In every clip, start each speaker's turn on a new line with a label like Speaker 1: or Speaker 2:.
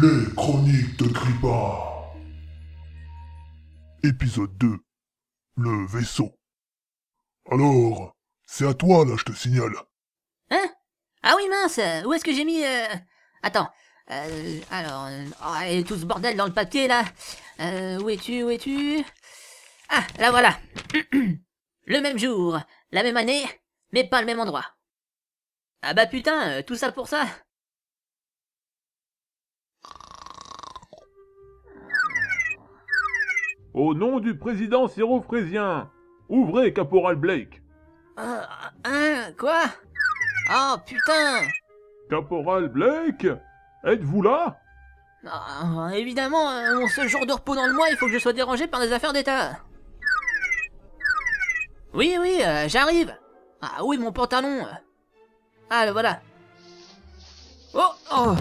Speaker 1: Les Chroniques de Grippa. Épisode 2. Le vaisseau. Alors, c'est à toi là, je te signale.
Speaker 2: Hein Ah oui, mince euh, Où est-ce que j'ai mis... euh, Attends. Euh, alors... euh, oh, et tout ce bordel dans le papier, là. Euh, où es-tu Où es-tu Ah, là voilà. le même jour, la même année, mais pas le même endroit. Ah bah putain, euh, tout ça pour ça
Speaker 3: Au nom du président sérofrésien, ouvrez, caporal Blake.
Speaker 2: Euh, Hein Quoi Oh putain
Speaker 3: Caporal Blake Êtes-vous là
Speaker 2: Ah, Évidemment, euh, mon seul jour de repos dans le mois, il faut que je sois dérangé par des affaires d'État. Oui, oui, euh, j'arrive. Ah oui, mon pantalon. Ah, le voilà. Oh, oh.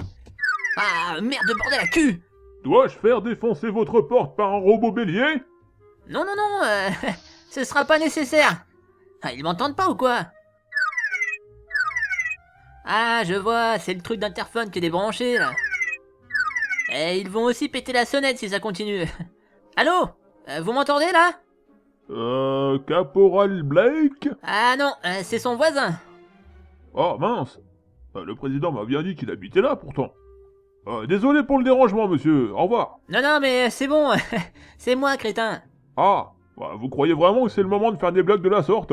Speaker 2: Ah, merde de bordel à cul.
Speaker 3: Dois-je faire défoncer votre porte par un robot bélier
Speaker 2: Non, non, non, euh, ce sera pas nécessaire. Ah, ils m'entendent pas ou quoi Ah, je vois, c'est le truc d'interphone qui est débranché, là. Et ils vont aussi péter la sonnette si ça continue. Allô Euh, Vous m'entendez, là
Speaker 3: Euh, caporal Blake
Speaker 2: Ah non, euh, c'est son voisin.
Speaker 3: Ah mince Euh, Le président m'a bien dit qu'il habitait là pourtant. Euh, désolé pour le dérangement, monsieur. Au revoir.
Speaker 2: Non, non, mais euh, c'est bon, c'est moi, crétin.
Speaker 3: Ah, bah, vous croyez vraiment que c'est le moment de faire des blagues de la sorte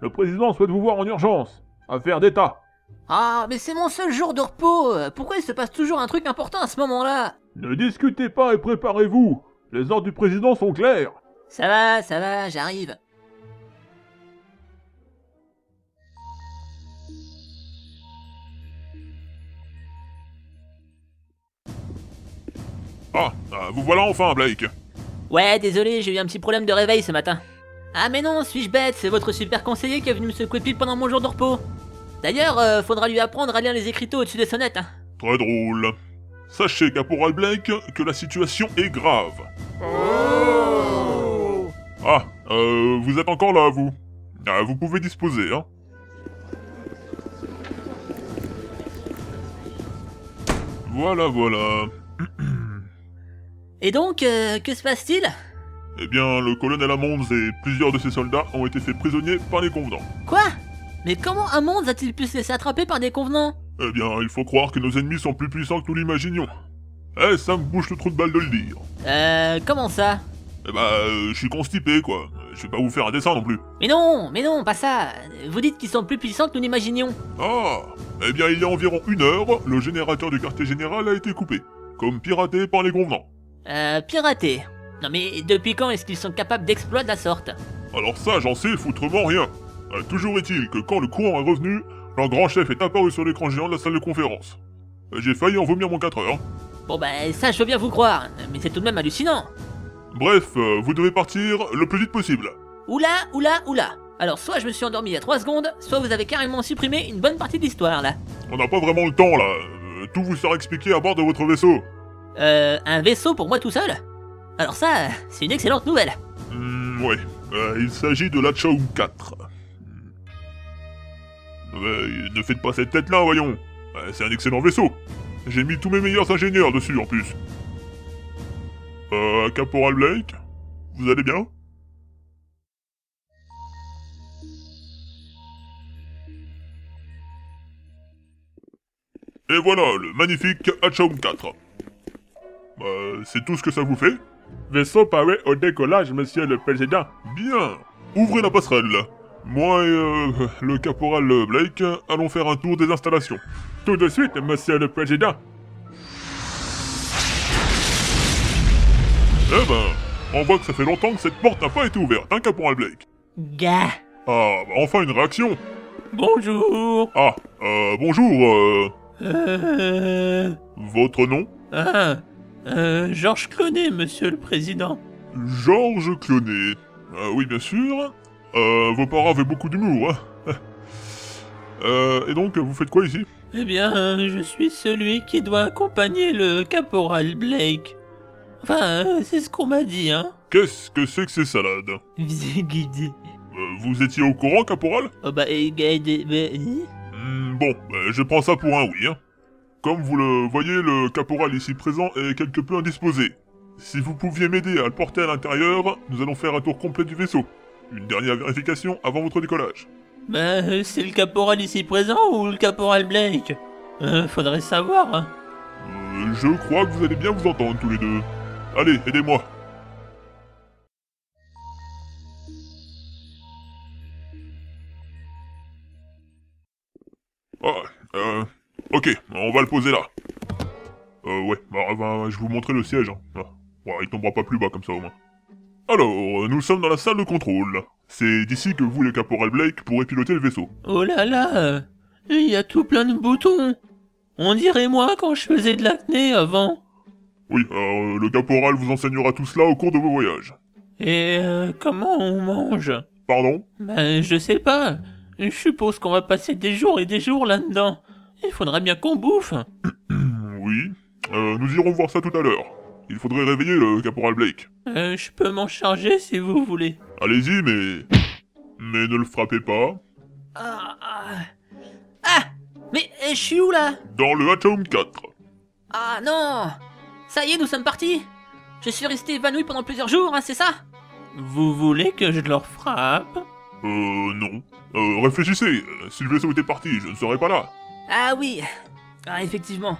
Speaker 3: Le président souhaite vous voir en urgence. Affaire d'État.
Speaker 2: Ah, mais c'est mon seul jour de repos. Pourquoi il se passe toujours un truc important à ce moment-là
Speaker 3: Ne discutez pas et préparez-vous. Les ordres du président sont clairs.
Speaker 2: Ça va, ça va, j'arrive.
Speaker 3: Ah, euh, vous voilà enfin, Blake.
Speaker 2: Ouais, désolé, j'ai eu un petit problème de réveil ce matin. Ah, mais non, suis-je bête, c'est votre super conseiller qui est venu me secouer pile pendant mon jour de repos. D'ailleurs, euh, faudra lui apprendre à lire les écriteaux au-dessus des sonnettes. hein.
Speaker 1: Très drôle. Sachez, Caporal Blake, que la situation est grave. Ah, euh, vous êtes encore là, vous. Ah, vous pouvez disposer, hein. Voilà, voilà.
Speaker 2: Et donc, euh, que se passe-t-il
Speaker 1: Eh bien, le colonel Amons et plusieurs de ses soldats ont été faits prisonniers par les convenants.
Speaker 2: Quoi Mais comment un monde a-t-il pu se laisser attraper par des convenants
Speaker 1: Eh bien, il faut croire que nos ennemis sont plus puissants que nous l'imaginions. Eh, ça me bouche le trou de balle de le dire.
Speaker 2: Euh, comment ça
Speaker 1: Eh bah, euh, je suis constipé, quoi. Euh, Je vais pas vous faire un dessin non plus.
Speaker 2: Mais non, mais non, pas ça. Vous dites qu'ils sont plus puissants que nous n'imaginions.
Speaker 1: Ah Eh bien, il y a environ une heure, le générateur du quartier général a été coupé, comme piraté par les convenants.
Speaker 2: Euh, piratés. Non mais depuis quand est-ce qu'ils sont capables d'exploits de la sorte
Speaker 1: Alors ça, j'en sais foutrement rien. Euh, toujours est-il que quand le courant est revenu, leur grand chef est apparu sur l'écran géant de la salle de conférence. Euh, J'ai failli en vomir mon 4 heures.
Speaker 2: Bon bah ça je veux bien vous croire, mais c'est tout de même hallucinant.
Speaker 1: Bref, euh, vous devez partir le plus vite possible.
Speaker 2: Oula, oula, oula. Alors soit je me suis endormi il y a 3 secondes, soit vous avez carrément supprimé une bonne partie de l'histoire là.
Speaker 1: On n'a pas vraiment le temps, là. Euh, tout vous sera expliqué à bord de votre vaisseau.
Speaker 2: Euh, un vaisseau pour moi tout seul Alors ça, euh, c'est une excellente nouvelle.
Speaker 1: Hmm, ouais. Euh, il s'agit de la Chaum 4. Mm. Ouais, ne faites pas cette tête-là, voyons. Euh, c'est un excellent vaisseau. J'ai mis tous mes meilleurs ingénieurs dessus, en plus. Euh, Caporal Blake Vous allez bien Et voilà, le magnifique Hachaum 4. Euh, c'est tout ce que ça vous fait
Speaker 3: Vaisseau paré au décollage, monsieur le président.
Speaker 1: Bien, ouvrez la passerelle. Moi et euh, le caporal euh, Blake allons faire un tour des installations.
Speaker 3: Tout de suite, monsieur le président.
Speaker 1: Eh ben, on voit que ça fait longtemps que cette porte n'a pas été ouverte, hein, caporal Blake
Speaker 2: Gah.
Speaker 1: Ah, bah, enfin une réaction
Speaker 4: Bonjour.
Speaker 1: Ah, euh, bonjour, euh,
Speaker 4: Euh...
Speaker 1: votre nom
Speaker 4: Ah, euh, Georges Clonet, monsieur le président.
Speaker 1: Georges Clonet. Ah oui, bien sûr. Euh, vos parents avaient beaucoup d'humour, hein. Euh, et donc, vous faites quoi ici
Speaker 4: Eh bien, euh, je suis celui qui doit accompagner le caporal Blake. Enfin, euh, c'est ce qu'on m'a dit, hein.
Speaker 1: Qu'est-ce que c'est que ces salades
Speaker 4: guidé.
Speaker 1: Euh, Vous étiez au courant, caporal
Speaker 4: Oh bah, euh, guidé, bah, euh,
Speaker 1: ben, Hmm, Bon, bah, je prends ça pour un oui, hein. Comme vous le voyez, le caporal ici présent est quelque peu indisposé. Si vous pouviez m'aider à le porter à l'intérieur, nous allons faire un tour complet du vaisseau. Une dernière vérification avant votre décollage.
Speaker 4: Bah, euh, c'est le caporal ici présent ou le caporal Blake Euh, Faudrait savoir. hein.
Speaker 1: Euh, je crois que vous allez bien vous entendre tous les deux. Allez, aidez-moi. Ah, euh, ok, on va le poser là. Euh, ouais, bah, bah, je vous montrer le siège. hein. Ah, ouais, il tombera pas plus bas comme ça au moins. Alors, euh, nous sommes dans la salle de contrôle. C'est d'ici que vous, le caporal Blake, pourrez piloter le vaisseau.
Speaker 4: Oh là là euh, Il y a tout plein de boutons On dirait moi quand je faisais de l'acné avant.
Speaker 1: Oui, euh, le caporal vous enseignera tout cela au cours de vos voyages.
Speaker 4: Et euh, comment on mange
Speaker 1: Pardon
Speaker 4: Bah, je sais pas. Je suppose qu'on va passer des jours et des jours là-dedans. Il faudra bien qu'on bouffe.
Speaker 1: Oui, euh, nous irons voir ça tout à l'heure. Il faudrait réveiller le caporal Blake.
Speaker 4: Euh, je peux m'en charger si vous voulez.
Speaker 1: Allez-y, mais... Mais ne le frappez pas.
Speaker 2: Ah, ah. Ah Mais euh, je suis où là
Speaker 1: Dans le Hatcham 4.
Speaker 2: Ah non Ça y est, nous sommes partis Je suis resté évanoui pendant plusieurs jours, hein, c'est ça
Speaker 4: Vous voulez que je leur frappe
Speaker 1: Euh, non. Euh, réfléchissez. euh, Si le vaisseau était parti, je ne serais pas là.
Speaker 2: Ah oui Ah effectivement.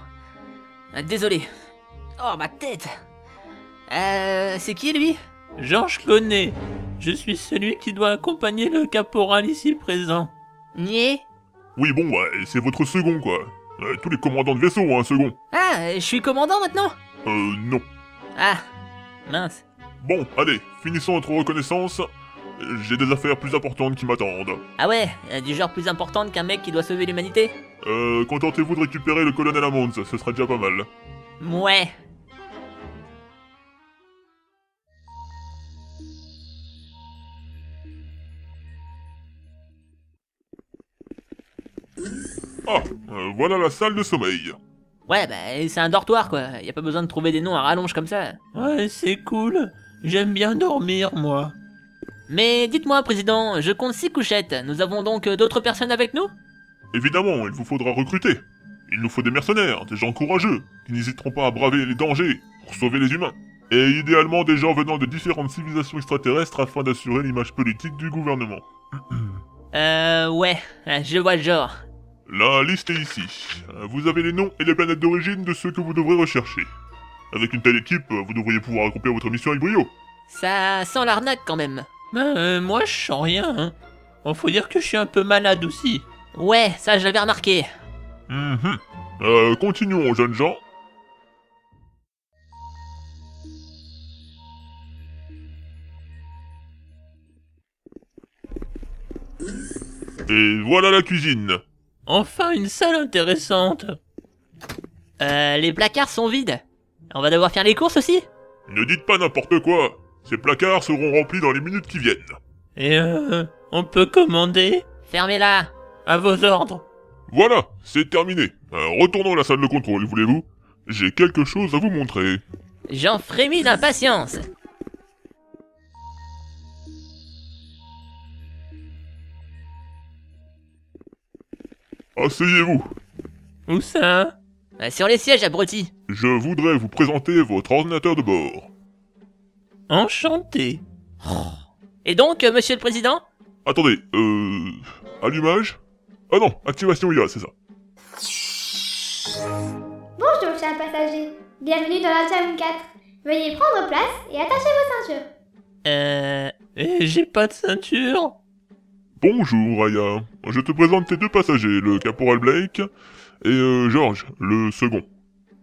Speaker 2: Ah, Désolé. Oh ma tête Euh. C'est qui lui
Speaker 4: Georges Launay, je suis celui qui doit accompagner le caporal ici présent.
Speaker 2: Nier
Speaker 1: Oui, bon, ouais, c'est votre second, quoi. Euh, tous les commandants de vaisseau ont un second.
Speaker 2: Ah, euh, je suis commandant maintenant
Speaker 1: Euh, non.
Speaker 2: Ah Mince.
Speaker 1: Bon, allez, finissons notre reconnaissance. Euh, J'ai des affaires plus importantes qui m'attendent.
Speaker 2: Ah ouais, euh, du genre plus importante qu'un mec qui doit sauver l'humanité
Speaker 1: Euh, contentez-vous de récupérer le colonel Amonds, ce sera déjà pas mal.
Speaker 2: Mouais
Speaker 1: Ah, euh, voilà la salle de sommeil.
Speaker 2: Ouais, bah c'est un dortoir quoi, y a pas besoin de trouver des noms à rallonge comme ça.
Speaker 4: Ouais, c'est cool. J'aime bien dormir, moi.
Speaker 2: Mais dites-moi, président, je compte six couchettes. Nous avons donc euh, d'autres personnes avec nous
Speaker 1: Évidemment, il vous faudra recruter. Il nous faut des mercenaires, des gens courageux, qui n'hésiteront pas à braver les dangers pour sauver les humains. Et idéalement des gens venant de différentes civilisations extraterrestres afin d'assurer l'image politique du gouvernement.
Speaker 2: Euh, ouais, euh, je vois le genre.
Speaker 1: La liste est ici. Euh, Vous avez les noms et les planètes d'origine de ceux que vous devrez rechercher. Avec une telle équipe, euh, vous devriez pouvoir accomplir votre mission avec brio.
Speaker 2: Ça sent l'arnaque quand même.
Speaker 4: Ben, euh, moi, je sens rien. Hein. Bon, faut dire que je suis un peu malade aussi.
Speaker 2: Ouais, ça je l'avais remarqué.
Speaker 1: Mhm. Euh, continuons, jeunes gens. Et voilà la cuisine.
Speaker 4: Enfin, une salle intéressante.
Speaker 2: Euh, les placards sont vides. On va devoir faire les courses aussi
Speaker 1: Ne dites pas n'importe quoi. Ces placards seront remplis dans les minutes qui viennent.
Speaker 4: Et euh, on peut commander
Speaker 2: Fermez-la.
Speaker 4: à vos ordres.
Speaker 1: Voilà, c'est terminé. Euh, retournons à la salle de contrôle, voulez-vous J'ai quelque chose à vous montrer.
Speaker 2: J'en frémis d'impatience.
Speaker 1: Asseyez-vous.
Speaker 4: Où ça
Speaker 2: Euh, sur les sièges, abruti.
Speaker 1: Je voudrais vous présenter votre ordinateur de bord.
Speaker 4: Enchanté.
Speaker 2: Oh. Et donc, euh, monsieur le président
Speaker 1: Attendez, euh... Allumage Ah non, activation IA, c'est ça.
Speaker 5: Bonjour, chers passagers. Bienvenue dans la Jam 4. Veuillez prendre place et attacher vos ceintures.
Speaker 4: Euh, et j'ai pas de ceinture.
Speaker 1: Bonjour Aya, je te présente tes deux passagers, le caporal Blake et euh, George, le second.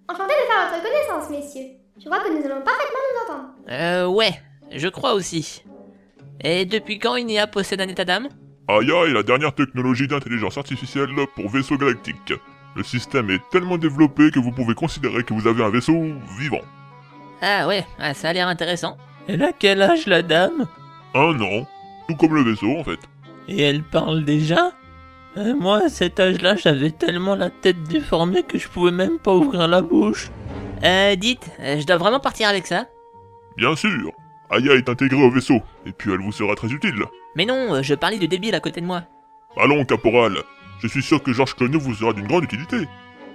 Speaker 5: Enchanté de faire votre connaissance, messieurs. Je crois que nous allons parfaitement nous entendre.
Speaker 2: Euh, ouais, je crois aussi. Et depuis quand une IA possède un état d'âme
Speaker 1: Aya est la dernière technologie d'intelligence artificielle pour vaisseau galactique. Le système est tellement développé que vous pouvez considérer que vous avez un vaisseau vivant.
Speaker 2: Ah ouais, ah, ça a l'air intéressant.
Speaker 4: Elle a quel âge, la dame
Speaker 1: Un an, tout comme le vaisseau en fait.
Speaker 4: Et elle parle déjà Euh, Moi, à cet âge-là, j'avais tellement la tête déformée que je pouvais même pas ouvrir la bouche.
Speaker 2: Euh, dites, euh, je dois vraiment partir avec ça
Speaker 1: Bien sûr, Aya est intégrée au vaisseau, et puis elle vous sera très utile.
Speaker 2: Mais non, euh, je parlais du débile à côté de moi.
Speaker 1: Allons, caporal, je suis sûr que Georges Clooney vous sera d'une grande utilité.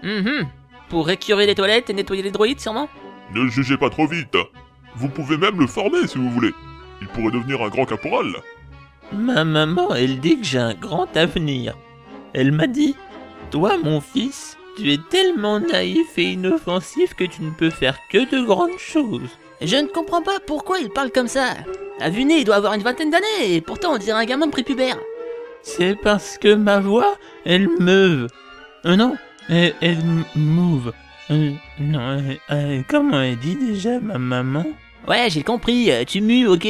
Speaker 2: Mhm. Pour récurer les toilettes et nettoyer les droïdes, sûrement
Speaker 1: Ne le jugez pas trop vite. Vous pouvez même le former si vous voulez. Il pourrait devenir un grand caporal.
Speaker 4: Ma maman, elle dit que j'ai un grand avenir. Elle m'a dit Toi, mon fils, tu es tellement naïf et inoffensif que tu ne peux faire que de grandes choses.
Speaker 2: Je ne comprends pas pourquoi il parle comme ça. À vue nez, il doit avoir une vingtaine d'années, et pourtant on dirait un gamin de prépubère.
Speaker 4: C'est parce que ma voix, elle meuve. Euh, non, elle, elle m- mouve. Euh, non, euh, euh, comment elle dit déjà ma maman
Speaker 2: Ouais, j'ai compris, euh, tu mues, ok.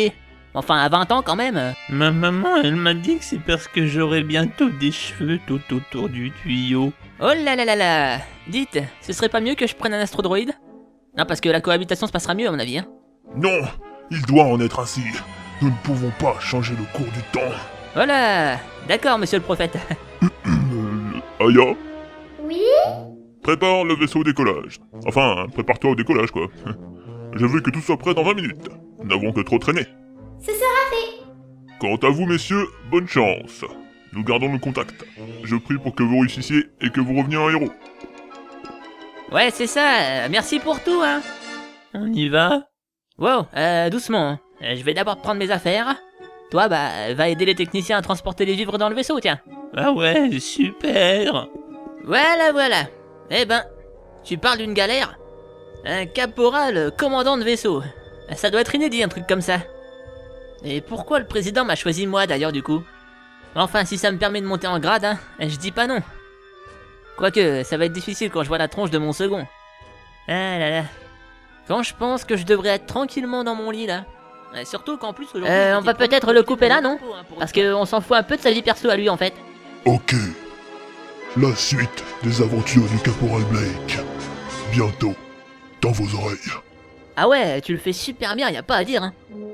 Speaker 2: Enfin, à 20 ans quand même. euh.
Speaker 4: Ma maman, elle m'a dit que c'est parce que j'aurai bientôt des cheveux tout autour du tuyau.
Speaker 2: Oh là là là là Dites, ce serait pas mieux que je prenne un astrodroïde Non, parce que la cohabitation se passera mieux à mon avis. hein.
Speaker 1: Non, il doit en être ainsi. Nous ne pouvons pas changer le cours du temps.
Speaker 2: Voilà Oh D'accord, monsieur le prophète.
Speaker 1: Euh, Aya,
Speaker 5: Oui
Speaker 1: prépare le vaisseau au décollage. Enfin, prépare-toi au décollage, quoi. Je veux que tout soit prêt dans 20 minutes. Nous n'avons que trop traîné.
Speaker 5: Ce sera fait
Speaker 1: Quant à vous, messieurs, bonne chance. Nous gardons le contact. Je prie pour que vous réussissiez et que vous reveniez un héros.
Speaker 2: Ouais, c'est ça, euh, merci pour tout, hein
Speaker 4: On y va
Speaker 2: Wow, euh, doucement. Euh, Je vais d'abord prendre mes affaires. Toi, bah, va aider les techniciens à transporter les vivres dans le vaisseau, tiens.
Speaker 4: Ah ouais, super
Speaker 2: Voilà, voilà. Eh ben, tu parles d'une galère Un caporal euh, commandant de vaisseau. Ça doit être inédit, un truc comme ça. Et pourquoi le président m'a choisi moi, d'ailleurs, du coup Enfin, si ça me permet de monter en grade, hein, je dis pas non. Quoique, ça va être difficile quand je vois la tronche de mon second. Ah là là. Quand je pense que je devrais être tranquillement dans mon lit, là.
Speaker 6: Ouais, surtout qu'en plus aujourd'hui.
Speaker 2: Euh,
Speaker 6: je
Speaker 2: on
Speaker 6: dis
Speaker 2: va
Speaker 6: pas
Speaker 2: peut-être
Speaker 6: de
Speaker 2: le
Speaker 6: profiter
Speaker 2: couper
Speaker 6: de
Speaker 2: là,
Speaker 6: mon
Speaker 2: non
Speaker 6: repos, hein, pour
Speaker 2: Parce
Speaker 6: autant.
Speaker 2: qu'on s'en fout un peu de sa vie perso à lui, en fait.
Speaker 1: Ok. La suite des aventures du Caporal Blake. Bientôt, dans vos oreilles.
Speaker 2: Ah ouais, tu le fais super bien, y a pas à dire. Hein.